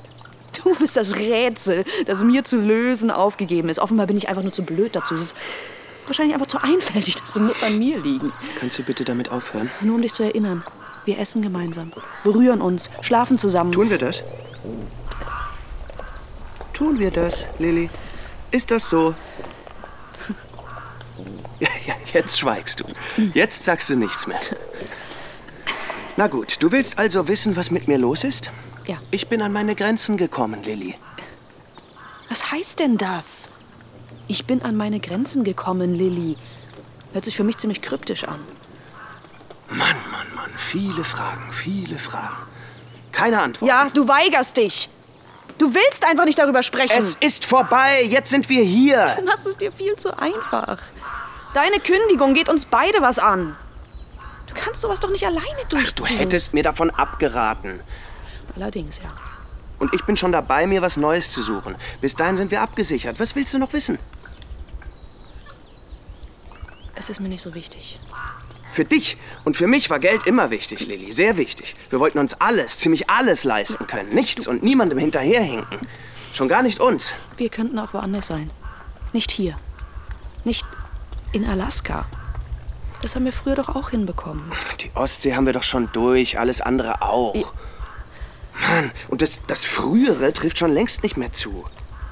Speaker 9: Du bist das Rätsel, das mir zu lösen aufgegeben ist. Offenbar bin ich einfach nur zu blöd dazu. Es ist wahrscheinlich einfach zu einfältig. Das muss an mir liegen.
Speaker 6: Kannst du bitte damit aufhören?
Speaker 9: Nur um dich zu erinnern. Wir essen gemeinsam, berühren uns, schlafen zusammen.
Speaker 6: Tun wir das? Tun wir das, Lilly? Ist das so? Ja, ja, jetzt schweigst du. Jetzt sagst du nichts mehr. Na gut, du willst also wissen, was mit mir los ist?
Speaker 9: Ja.
Speaker 6: Ich bin an meine Grenzen gekommen, Lilly.
Speaker 9: Was heißt denn das? Ich bin an meine Grenzen gekommen, Lilly. Hört sich für mich ziemlich kryptisch an.
Speaker 6: Mann, Mann, Mann, viele Fragen, viele Fragen. Keine Antwort.
Speaker 9: Ja, du weigerst dich. Du willst einfach nicht darüber sprechen.
Speaker 6: Es ist vorbei, jetzt sind wir hier.
Speaker 9: Du machst es dir viel zu einfach. Deine Kündigung geht uns beide was an. Du kannst sowas doch nicht alleine
Speaker 6: Ach, du
Speaker 9: durchziehen.
Speaker 6: hättest mir davon abgeraten.
Speaker 9: Allerdings, ja.
Speaker 6: Und ich bin schon dabei, mir was Neues zu suchen. Bis dahin sind wir abgesichert. Was willst du noch wissen?
Speaker 9: Es ist mir nicht so wichtig.
Speaker 6: Für dich und für mich war Geld immer wichtig, Lilly. Sehr wichtig. Wir wollten uns alles, ziemlich alles leisten können. Nichts und niemandem hinterherhinken. Schon gar nicht uns.
Speaker 9: Wir könnten auch woanders sein. Nicht hier. Nicht in Alaska. Das haben wir früher doch auch hinbekommen.
Speaker 6: Die Ostsee haben wir doch schon durch, alles andere auch. Mann, und das, das Frühere trifft schon längst nicht mehr zu.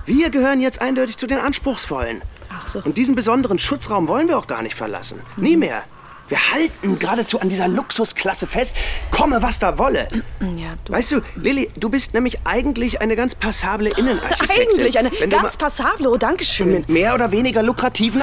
Speaker 6: Wir gehören jetzt eindeutig zu den Anspruchsvollen.
Speaker 9: Ach so. Mhm.
Speaker 6: Und diesen besonderen Schutzraum wollen wir auch gar nicht verlassen. Nie mehr. Wir halten geradezu an dieser Luxusklasse fest, komme was da wolle.
Speaker 9: Ja, du.
Speaker 6: Weißt du, Lilly, du bist nämlich eigentlich eine ganz passable Innenarchitektin.
Speaker 9: Eigentlich eine
Speaker 6: Wenn du
Speaker 9: ganz
Speaker 6: mal-
Speaker 9: passable, oh, Dankeschön.
Speaker 6: mit mehr oder weniger lukrativen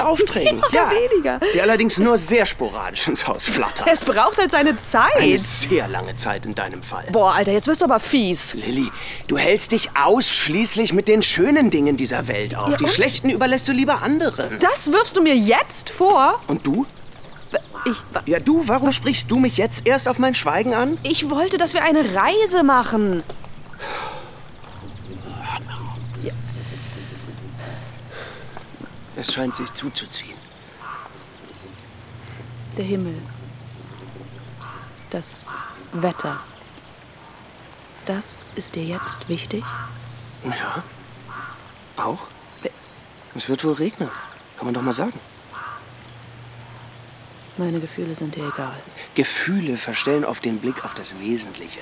Speaker 6: Aufträgen.
Speaker 9: Mehr oder weniger.
Speaker 6: Die allerdings nur sehr sporadisch ins Haus flattern.
Speaker 9: Es braucht halt seine Zeit.
Speaker 6: Eine sehr lange Zeit in deinem Fall.
Speaker 9: Boah, Alter, jetzt wirst du aber fies.
Speaker 6: Lilly, du hältst dich ausschließlich mit den schönen Dingen dieser Welt auf.
Speaker 9: Ja,
Speaker 6: Die
Speaker 9: und?
Speaker 6: schlechten überlässt du lieber anderen.
Speaker 9: Das wirfst du mir jetzt vor?
Speaker 6: Und du?
Speaker 9: Ich,
Speaker 6: Ja, du, warum sprichst du mich jetzt erst auf mein Schweigen an?
Speaker 9: ich wollte, dass wir eine Reise machen.
Speaker 6: Es scheint sich zuzuziehen.
Speaker 9: Der Himmel. Das Wetter. Das ist dir jetzt wichtig?
Speaker 6: Ja. Auch? Es wird wohl regnen. Kann man doch mal sagen.
Speaker 9: Meine Gefühle sind dir egal.
Speaker 6: Gefühle verstellen oft den Blick auf das Wesentliche.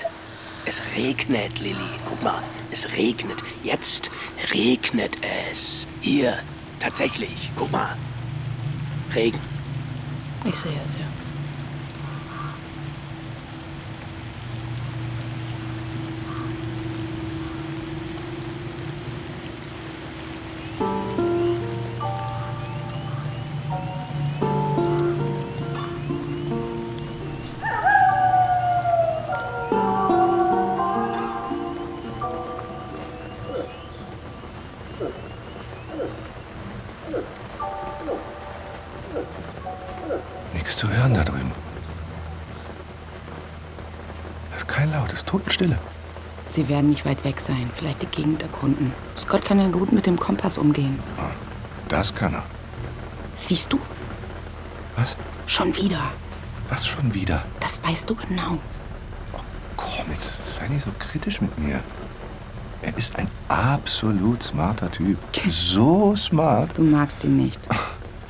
Speaker 6: Es regnet, Lilly. Guck mal, es regnet. Jetzt regnet es. Hier, tatsächlich. Guck mal. Regen.
Speaker 9: Ich sehe es, ja.
Speaker 5: Nichts zu hören da drüben. Das ist kein Laut, es ist Totenstille.
Speaker 7: Sie werden nicht weit weg sein, vielleicht die Gegend erkunden. Scott kann ja gut mit dem Kompass umgehen.
Speaker 5: Das kann er.
Speaker 7: Siehst du?
Speaker 5: Was?
Speaker 7: Schon wieder.
Speaker 5: Was schon wieder?
Speaker 7: Das weißt du genau.
Speaker 5: Komm, jetzt sei nicht so kritisch mit mir. Er ist ein absolut smarter Typ. So smart.
Speaker 7: Du magst ihn nicht.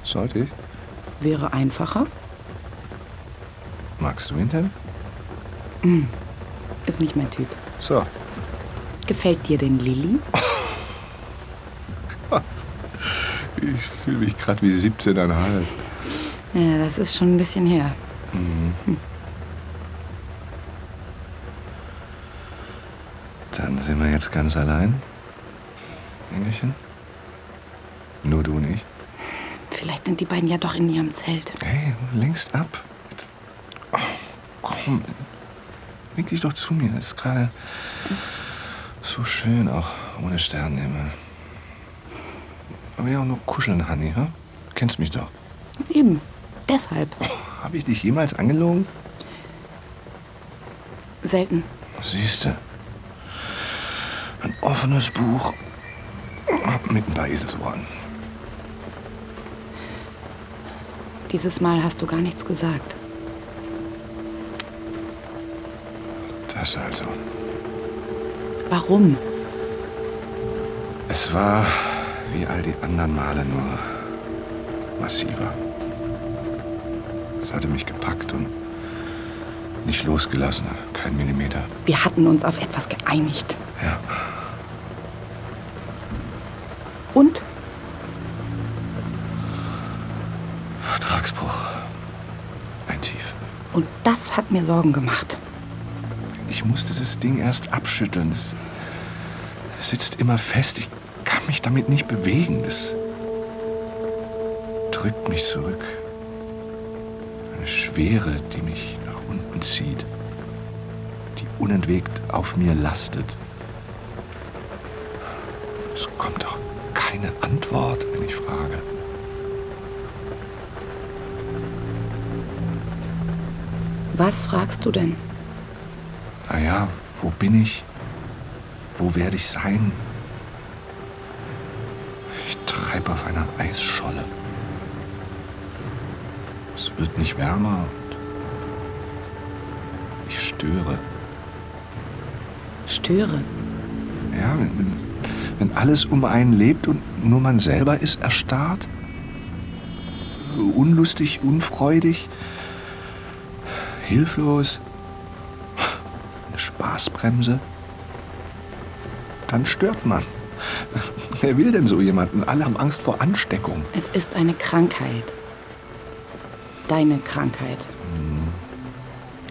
Speaker 5: Sollte ich?
Speaker 7: Wäre einfacher,
Speaker 5: Magst du ihn denn?
Speaker 7: ist nicht mein Typ.
Speaker 5: So.
Speaker 7: Gefällt dir denn Lilly?
Speaker 5: Ich fühle mich gerade wie 17,5.
Speaker 7: Ja, das ist schon ein bisschen her.
Speaker 5: Dann sind wir jetzt ganz allein. Engelchen? Nur du und ich.
Speaker 7: Vielleicht sind die beiden ja doch in ihrem Zelt.
Speaker 5: Hey, längst ab. Jetzt. Oh, komm. Leg dich doch zu mir. Das ist gerade so schön, auch ohne Sternenhimmel. Aber ja, auch nur kuscheln, Honey, hä? Du kennst mich doch.
Speaker 7: Eben. Deshalb.
Speaker 5: Habe ich dich jemals angelogen?
Speaker 7: Selten.
Speaker 5: Siehste. Ein offenes Buch. Mitten bei Eselsohren.
Speaker 7: Dieses Mal hast du gar nichts gesagt.
Speaker 5: Das also.
Speaker 7: Warum?
Speaker 5: Es war wie all die anderen Male nur massiver. Es hatte mich gepackt und nicht losgelassen, kein Millimeter.
Speaker 7: Wir hatten uns auf etwas geeinigt.
Speaker 5: Ja,
Speaker 7: Und?
Speaker 5: Vertragsbruch. Ein Tief.
Speaker 7: Und das hat mir Sorgen gemacht.
Speaker 5: Ich musste das Ding erst abschütteln. Es sitzt immer fest. Ich kann mich damit nicht bewegen. Das drückt mich zurück. Eine Schwere, die mich nach unten zieht. Die unentwegt auf mir lastet. Es kommt auch keine Antwort, wenn ich frage.
Speaker 7: Was fragst du denn?
Speaker 5: Naja, wo bin ich? Wo werde ich sein? Ich treibe auf einer Eisscholle. Es wird nicht wärmer und ich störe.
Speaker 7: Störe?
Speaker 5: Ja, wenn, wenn- wenn alles um einen lebt und nur man selber ist erstarrt, unlustig, unfreudig, hilflos, eine Spaßbremse, dann stört man. Wer will denn so jemanden? Alle haben Angst vor Ansteckung.
Speaker 7: Es ist eine Krankheit. Deine Krankheit.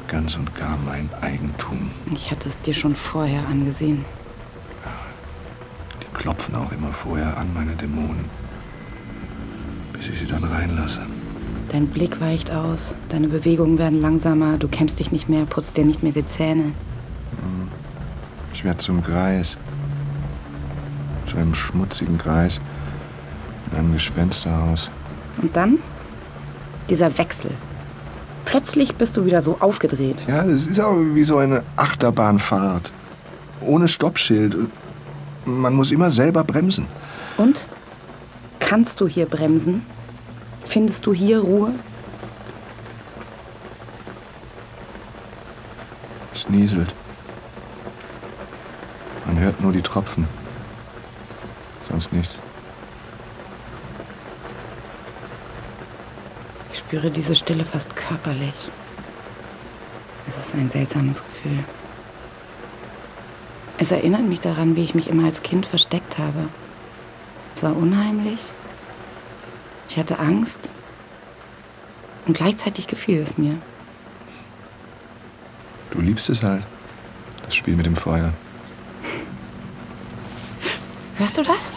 Speaker 5: Ganz und gar mein Eigentum.
Speaker 7: Ich hatte es dir schon vorher angesehen.
Speaker 5: Die klopfen auch immer vorher an, meine Dämonen. Bis ich sie dann reinlasse.
Speaker 7: Dein Blick weicht aus, deine Bewegungen werden langsamer, du kämpfst dich nicht mehr, putzt dir nicht mehr die Zähne.
Speaker 5: Ich werde zum Greis. Zu einem schmutzigen Greis. In einem Gespensterhaus.
Speaker 7: Und dann? Dieser Wechsel. Plötzlich bist du wieder so aufgedreht.
Speaker 5: Ja, das ist auch wie so eine Achterbahnfahrt. Ohne Stoppschild. Und Man muss immer selber bremsen.
Speaker 7: Und? Kannst du hier bremsen? Findest du hier Ruhe?
Speaker 5: Es nieselt. Man hört nur die Tropfen. Sonst nichts.
Speaker 7: Ich spüre diese Stille fast körperlich. Es ist ein seltsames Gefühl. Es erinnert mich daran, wie ich mich immer als Kind versteckt habe. Es war unheimlich. Ich hatte Angst. Und gleichzeitig gefiel es mir.
Speaker 5: Du liebst es halt. Das Spiel mit dem Feuer.
Speaker 7: Hörst du das?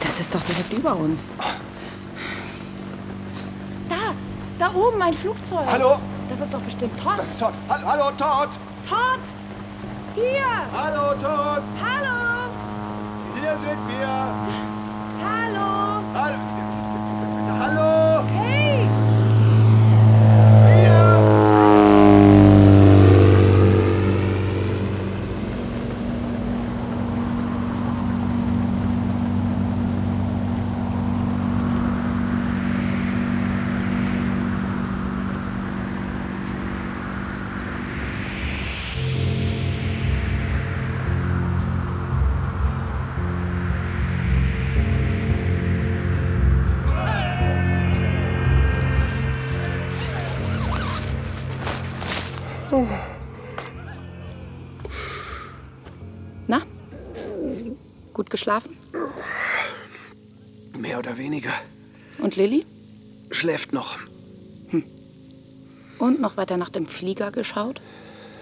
Speaker 7: Das ist doch direkt über uns. Da, da oben ein Flugzeug.
Speaker 10: Hallo?
Speaker 7: Das ist doch bestimmt Todd.
Speaker 10: Das ist Todd. Hallo, hallo Todd.
Speaker 7: Todd!
Speaker 11: Hier!
Speaker 10: Hallo, Todd.
Speaker 11: Hallo!
Speaker 10: Hier sind wir.
Speaker 11: Hallo!
Speaker 10: Hallo. Hallo.
Speaker 11: Hey!
Speaker 7: Na? Gut geschlafen?
Speaker 6: Mehr oder weniger.
Speaker 7: Und Lilly?
Speaker 6: Schläft noch.
Speaker 7: Und noch weiter nach dem Flieger geschaut?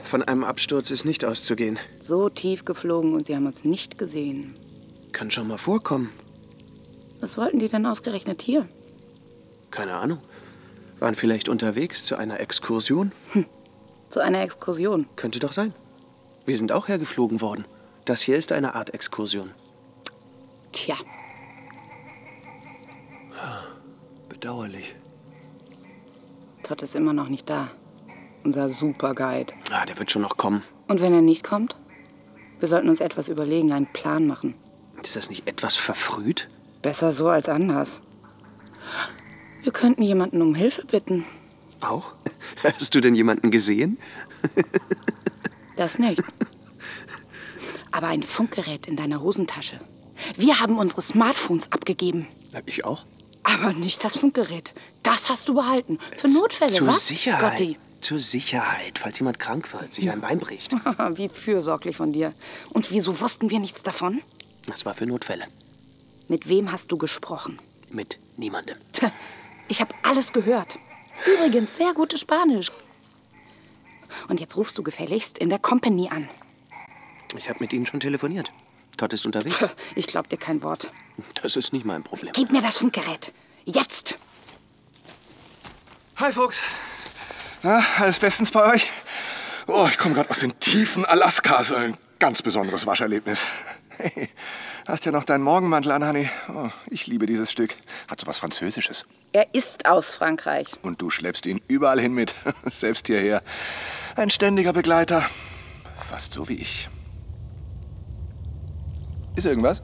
Speaker 6: Von einem Absturz ist nicht auszugehen.
Speaker 7: So tief geflogen und sie haben uns nicht gesehen.
Speaker 6: Kann schon mal vorkommen.
Speaker 7: Was wollten die denn ausgerechnet hier?
Speaker 6: Keine Ahnung. Waren vielleicht unterwegs zu einer Exkursion?
Speaker 7: Zu einer Exkursion.
Speaker 6: Könnte doch sein. Wir sind auch hergeflogen worden. Das hier ist eine Art Exkursion.
Speaker 7: Tja,
Speaker 6: Bedauerlich.
Speaker 7: Todd ist immer noch nicht da. Unser Superguide.
Speaker 6: Ah, der wird schon noch kommen.
Speaker 7: Und wenn er nicht kommt? Wir sollten uns etwas überlegen, einen Plan machen.
Speaker 6: Ist das nicht etwas verfrüht?
Speaker 7: Besser so als anders. Wir könnten jemanden um Hilfe bitten.
Speaker 6: Auch? Hast du denn jemanden gesehen?
Speaker 7: Das nicht. Aber ein Funkgerät in deiner Hosentasche. Wir haben unsere Smartphones abgegeben.
Speaker 6: Ich auch.
Speaker 7: Aber nicht das Funkgerät. Das hast du behalten. Für Notfälle,
Speaker 6: Äh, Zur
Speaker 7: was?
Speaker 6: Sicherheit.
Speaker 7: Scotty.
Speaker 6: Zur Sicherheit, falls jemand krank wird, sich ein Bein bricht.
Speaker 7: wie fürsorglich von dir. Und wieso wussten wir nichts davon?
Speaker 6: Das war für Notfälle.
Speaker 7: Mit wem hast du gesprochen?
Speaker 6: Mit niemandem.
Speaker 7: Tja, ich habe alles gehört. Übrigens, sehr gutes Spanisch. Und jetzt rufst du gefälligst in der Company an.
Speaker 6: Ich habe mit Ihnen schon telefoniert. Todd ist unterwegs.
Speaker 7: Ich glaub dir kein Wort.
Speaker 6: Das ist nicht mein Problem.
Speaker 7: Gib mir das Funkgerät. Jetzt!
Speaker 5: Hi, Fuchs. Na, alles bestens bei euch? Oh, ich komme gerade aus den Tiefen Alaskas. Ein ganz besonderes Wascherlebnis. Hey, hast ja noch deinen Morgenmantel an, Honey. Oh, ich liebe dieses Stück. Hat so was Französisches.
Speaker 7: Er ist aus Frankreich.
Speaker 5: Und du schleppst ihn überall hin mit. Selbst hierher. Ein ständiger Begleiter. Fast so wie ich. Ist irgendwas?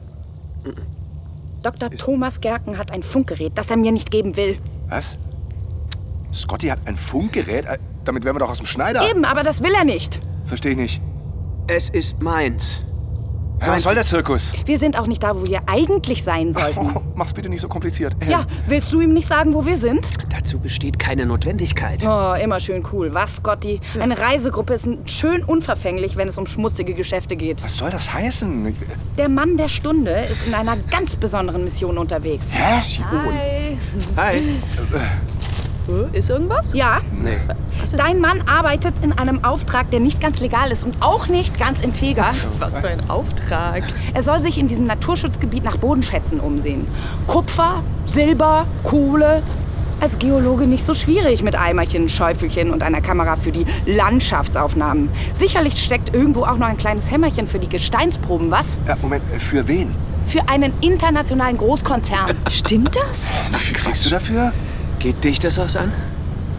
Speaker 7: Dr. Thomas Gerken hat ein Funkgerät, das er mir nicht geben will.
Speaker 5: Was? Scotty hat ein Funkgerät? Äh, Damit wären wir doch aus dem Schneider.
Speaker 7: Eben, aber das will er nicht.
Speaker 5: Verstehe ich nicht.
Speaker 6: Es ist meins.
Speaker 5: Hä, was soll der Zirkus?
Speaker 7: Wir sind auch nicht da, wo wir eigentlich sein sollten.
Speaker 5: mach's bitte nicht so kompliziert. Äh,
Speaker 7: Ja, willst du ihm nicht sagen, wo wir sind?
Speaker 6: Dazu besteht keine Notwendigkeit.
Speaker 7: Oh, immer schön cool. Was, Gotti? Eine Reisegruppe ist schön unverfänglich, wenn es um schmutzige Geschäfte geht.
Speaker 5: Was soll das heißen? äh,
Speaker 7: Der Mann der Stunde ist in einer ganz besonderen Mission unterwegs.
Speaker 5: Hä?
Speaker 9: Hi.
Speaker 5: Hi.
Speaker 9: Hä?
Speaker 5: Äh,
Speaker 9: Ist irgendwas?
Speaker 7: Ja,
Speaker 6: Nee.
Speaker 7: dein Mann arbeitet in einem Auftrag, der nicht ganz legal ist und auch nicht ganz integer.
Speaker 9: Was für ein Auftrag.
Speaker 7: Er soll sich in diesem Naturschutzgebiet nach Bodenschätzen umsehen. Kupfer, Silber, Kohle. Als Geologe nicht so schwierig mit Eimerchen, Schäufelchen und einer Kamera für die Landschaftsaufnahmen. Sicherlich steckt irgendwo auch noch ein kleines Hämmerchen für die Gesteinsproben, was?
Speaker 5: Ja, Moment, äh, für wen?
Speaker 7: Für einen internationalen Großkonzern.
Speaker 9: Stimmt das?
Speaker 5: Wie viel kriegst du dafür?
Speaker 6: Geht dich das was an?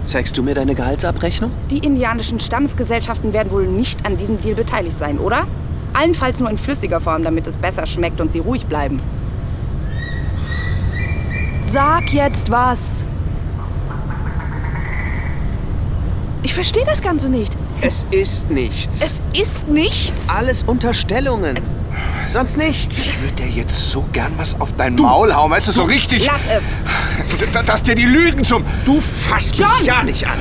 Speaker 6: Zeigst du mir deine Gehaltsabrechnung?
Speaker 7: Die indianischen Stammesgesellschaften werden wohl nicht an diesem Deal beteiligt sein, oder? Allenfalls nur in flüssiger Form, damit es besser schmeckt und sie ruhig bleiben.
Speaker 9: Sag jetzt was. Ich verstehe das Ganze nicht.
Speaker 6: Es ist nichts.
Speaker 9: Es ist nichts.
Speaker 6: Alles Unterstellungen. Sonst nichts.
Speaker 5: Ich würde dir jetzt so gern was auf dein Maul hauen, weißt du, so richtig.
Speaker 7: Lass es!
Speaker 5: D- Dass dir die Lügen zum...
Speaker 6: Du fasst mich ja nicht an.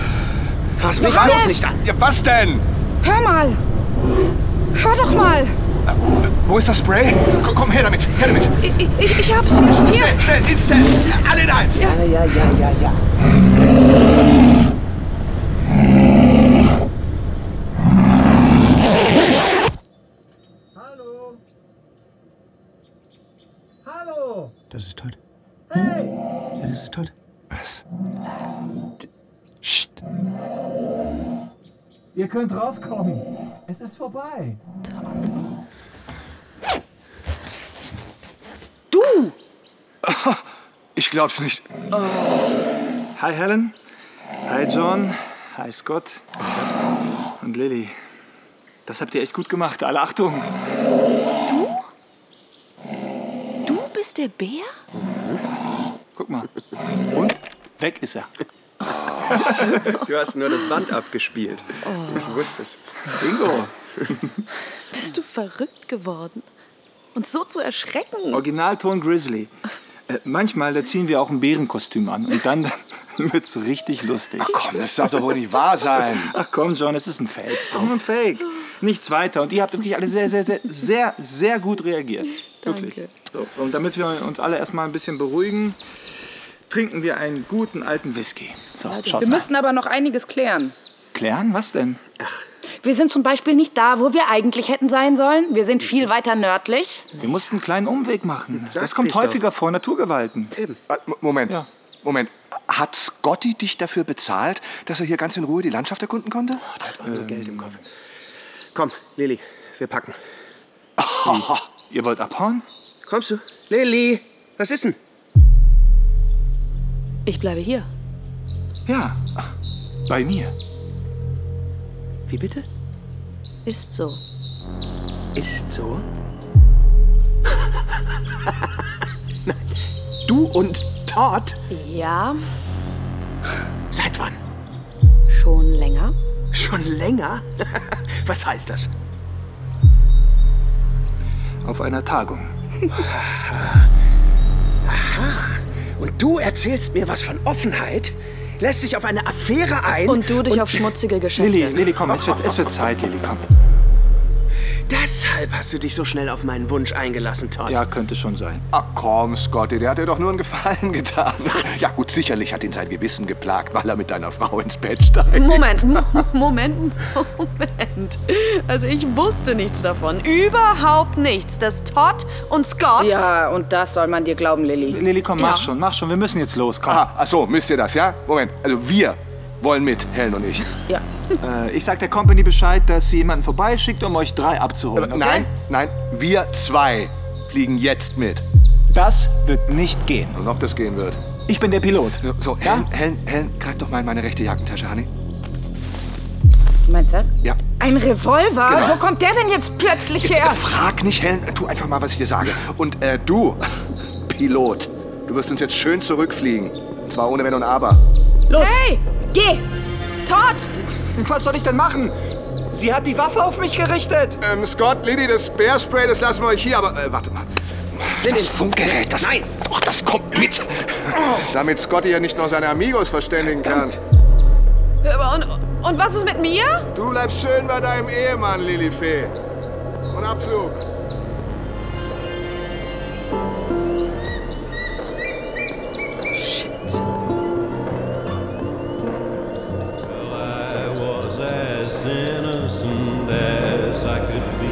Speaker 6: Fass mich
Speaker 7: Johannes!
Speaker 6: bloß nicht an.
Speaker 5: Ja, was denn?
Speaker 7: Hör mal! Hör doch mal!
Speaker 5: Wo ist das Spray? Komm, komm her damit, her damit.
Speaker 9: Ich, ich, ich hab's. Hier.
Speaker 5: Schnell, schnell, instant. Alle in eins.
Speaker 6: Ja, ja, ja, ja, ja.
Speaker 1: Hallo. Hallo.
Speaker 6: Das ist Todd.
Speaker 1: Hey.
Speaker 6: Ja, das ist Todd.
Speaker 1: Ihr könnt rauskommen. Es ist vorbei.
Speaker 5: Ich glaub's nicht.
Speaker 12: Hi Helen. Hi John. Hi Scott. Und Lilly. Das habt ihr echt gut gemacht. Alle Achtung.
Speaker 9: Du? Du bist der Bär?
Speaker 12: Guck mal. Und weg ist er.
Speaker 6: Du hast nur das Band abgespielt. Ich wusste es.
Speaker 12: Bingo.
Speaker 9: Oh. Bist du verrückt geworden? Uns so zu erschrecken.
Speaker 12: Originalton Grizzly. Äh, manchmal, da ziehen wir auch ein Bärenkostüm an. Und dann wird's richtig lustig.
Speaker 5: Komm, das darf doch wohl nicht wahr sein.
Speaker 12: Ach komm, John, es ist ein Fake. Es ist doch nur ein Fake. Nichts weiter. Und ihr habt wirklich alle sehr, sehr, sehr, sehr, sehr gut reagiert. Wirklich. So, und damit wir uns alle erstmal ein bisschen beruhigen, trinken wir einen guten alten Whisky. So, schaut
Speaker 7: Wir
Speaker 12: mal.
Speaker 7: müssten aber noch einiges klären.
Speaker 12: Klären, was denn?
Speaker 7: Wir sind zum Beispiel nicht da, wo wir eigentlich hätten sein sollen. Wir sind viel weiter nördlich.
Speaker 12: Wir mussten einen kleinen Umweg machen.
Speaker 6: Sag
Speaker 12: das kommt
Speaker 6: ich doch.
Speaker 12: häufiger vor, Naturgewalten.
Speaker 5: Ah, M- Moment,
Speaker 12: Ja.
Speaker 5: Moment. Hat Scotty dich dafür bezahlt, dass er hier ganz in Ruhe die Landschaft erkunden konnte?
Speaker 6: Nur Geld im Kopf. Komm, Lilly, wir packen.
Speaker 12: Ihr wollt abhauen?
Speaker 6: Kommst du? Lilly, was ist denn?
Speaker 9: Ich bleibe hier.
Speaker 12: Ja, bei mir.
Speaker 6: Wie bitte?
Speaker 9: Ist so.
Speaker 6: Ist so. Nein, du und Todd?
Speaker 9: Ja,
Speaker 6: Seit wann?
Speaker 9: schon länger.
Speaker 6: Schon länger? Was heißt das?
Speaker 12: Auf einer Tagung.
Speaker 6: Und du erzählst mir was von Offenheit? Lässt dich auf eine Affäre ein?
Speaker 9: Und du dich auf schmutzige Geschäfte.
Speaker 12: Lilly, Lilly, komm, es wird, es wird Zeit, Lilly, komm.
Speaker 6: Deshalb hast du dich so schnell auf meinen Wunsch eingelassen, Todd.
Speaker 12: Ja, könnte schon sein.
Speaker 5: Ach komm, Scotty, der hat dir doch nur einen Gefallen getan. Was? Ja gut, sicherlich hat ihn sein Gewissen geplagt, weil er mit deiner Frau ins Bett steigt.
Speaker 9: Moment, Mo- Moment, Moment. Also ich wusste nichts davon. Überhaupt nichts, dass Todd und Scott...
Speaker 7: Ja, und das soll man dir glauben, Lilly.
Speaker 12: Lilly, komm, mach schon, mach schon. Wir müssen jetzt los, komm.
Speaker 5: Ah, ach so, müsst ihr das, ja? Moment, also wir wollen mit, Helen und ich.
Speaker 7: Ja.
Speaker 6: Ah.
Speaker 12: Äh, ich sag der Company Bescheid, dass sie jemanden vorbeischickt, um euch drei
Speaker 6: Äh,
Speaker 12: abzuholen. Okay?
Speaker 5: Nein, nein, wir zwei fliegen jetzt mit.
Speaker 12: Das wird nicht gehen.
Speaker 5: Und ob das gehen wird?
Speaker 12: Ich bin der Pilot.
Speaker 5: So, so Helen, Helen, Helen, greif doch mal in meine rechte Jackentasche, Honey.
Speaker 7: Du meinst das?
Speaker 5: Ja.
Speaker 7: Ein Revolver?
Speaker 5: Genau.
Speaker 7: Wo kommt der denn jetzt plötzlich
Speaker 5: Jetzt,
Speaker 7: her?
Speaker 5: äh, frag nicht, Helen, tu einfach mal, was ich dir sage. Und äh, du, Pilot, du wirst uns jetzt schön zurückfliegen. Und zwar ohne Wenn und Aber.
Speaker 7: Los! Hey! Geh! Todd!
Speaker 12: Was soll ich denn machen? Sie hat die Waffe auf mich gerichtet.
Speaker 5: Ähm, Scott, Lady, das Bearspray, das lassen wir euch hier, aber äh, warte mal. Das Funkgerät, das. Nein! Doch, das kommt mit! Damit Scotty ja nicht noch seine Amigos verständigen kann.
Speaker 9: Und, und was ist mit mir?
Speaker 5: Du bleibst schön bei deinem Ehemann, Lilifee. Und Abflug.
Speaker 3: I was as innocent as I could be.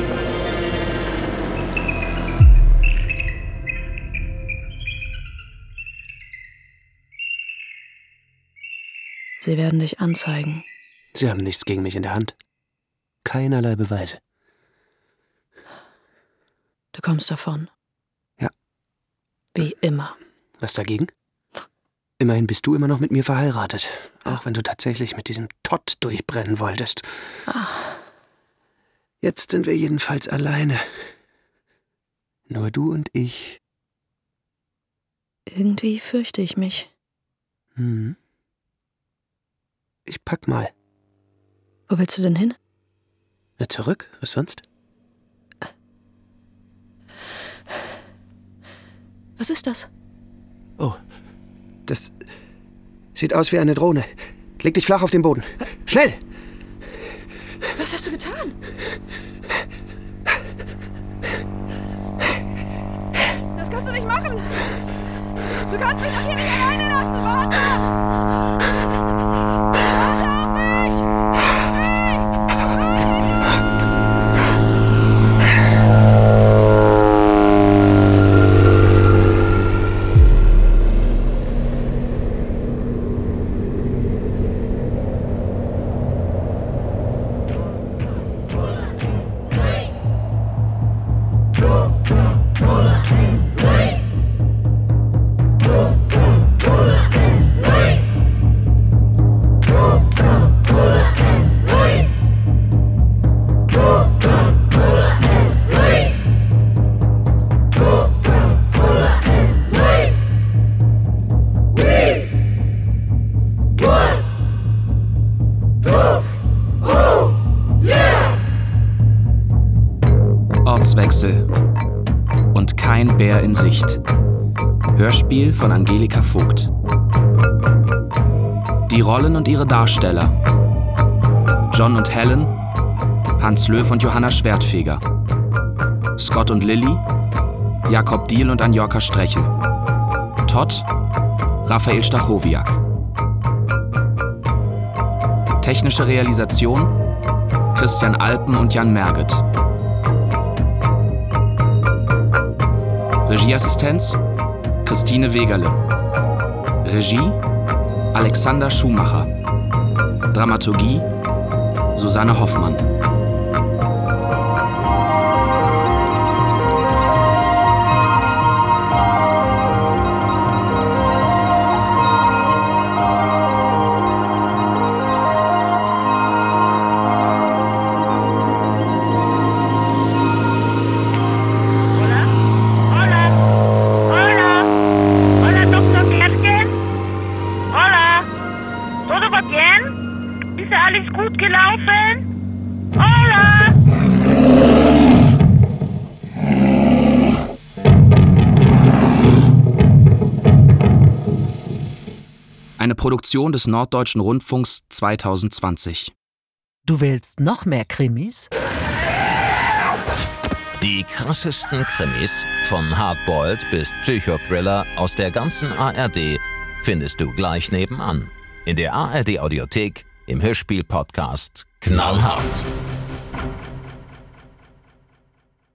Speaker 9: Sie werden dich anzeigen.
Speaker 6: Sie haben nichts gegen mich in der Hand. Keinerlei Beweise.
Speaker 9: Du kommst davon.
Speaker 6: Ja.
Speaker 9: Wie immer.
Speaker 6: Was dagegen? Immerhin bist du immer noch mit mir verheiratet.
Speaker 9: Ah.
Speaker 6: Auch wenn du tatsächlich mit diesem Todd durchbrennen wolltest.
Speaker 9: Ah.
Speaker 6: Jetzt sind wir jedenfalls alleine. Nur du und ich.
Speaker 9: Irgendwie fürchte ich mich.
Speaker 6: Hm. Ich pack mal.
Speaker 9: Wo willst du denn hin?
Speaker 6: Na, zurück? Was sonst?
Speaker 9: Was ist das?
Speaker 6: Oh. Das sieht aus wie eine Drohne. Leg dich flach auf den Boden.
Speaker 9: Äh.
Speaker 6: Schnell!
Speaker 9: Was hast du getan?
Speaker 8: Das kannst du nicht machen! Du kannst mich doch hier nicht alleine lassen! Warte!
Speaker 4: Ortswechsel und kein Bär in Sicht. Hörspiel von Angelika Vogt. Die Rollen und ihre Darsteller. John und Helen, Hans Löw und Johanna Schwertfeger, Scott und Lilly, Jakob Diel und Anjorka Strechel, Todd, Raphael Stachowiak. Technische Realisation Christian Alpen und Jan Merget. Regieassistenz Christine Wegerle. Regie Alexander Schumacher. Dramaturgie Susanne Hoffmann.
Speaker 13: Hola. Hola. Hola, Dr. Merkel. Hola. Todo va bien? Ist ja alles gut gelaufen? Hola.
Speaker 4: Eine Produktion des Norddeutschen Rundfunks 2020.
Speaker 14: Du willst noch mehr Krimis?
Speaker 2: Die krassesten Krimis von Hardboiled bis Psychothriller aus der ganzen ARD findest du gleich nebenan. In der ARD Audiothek im Hörspiel Podcast Knallhart.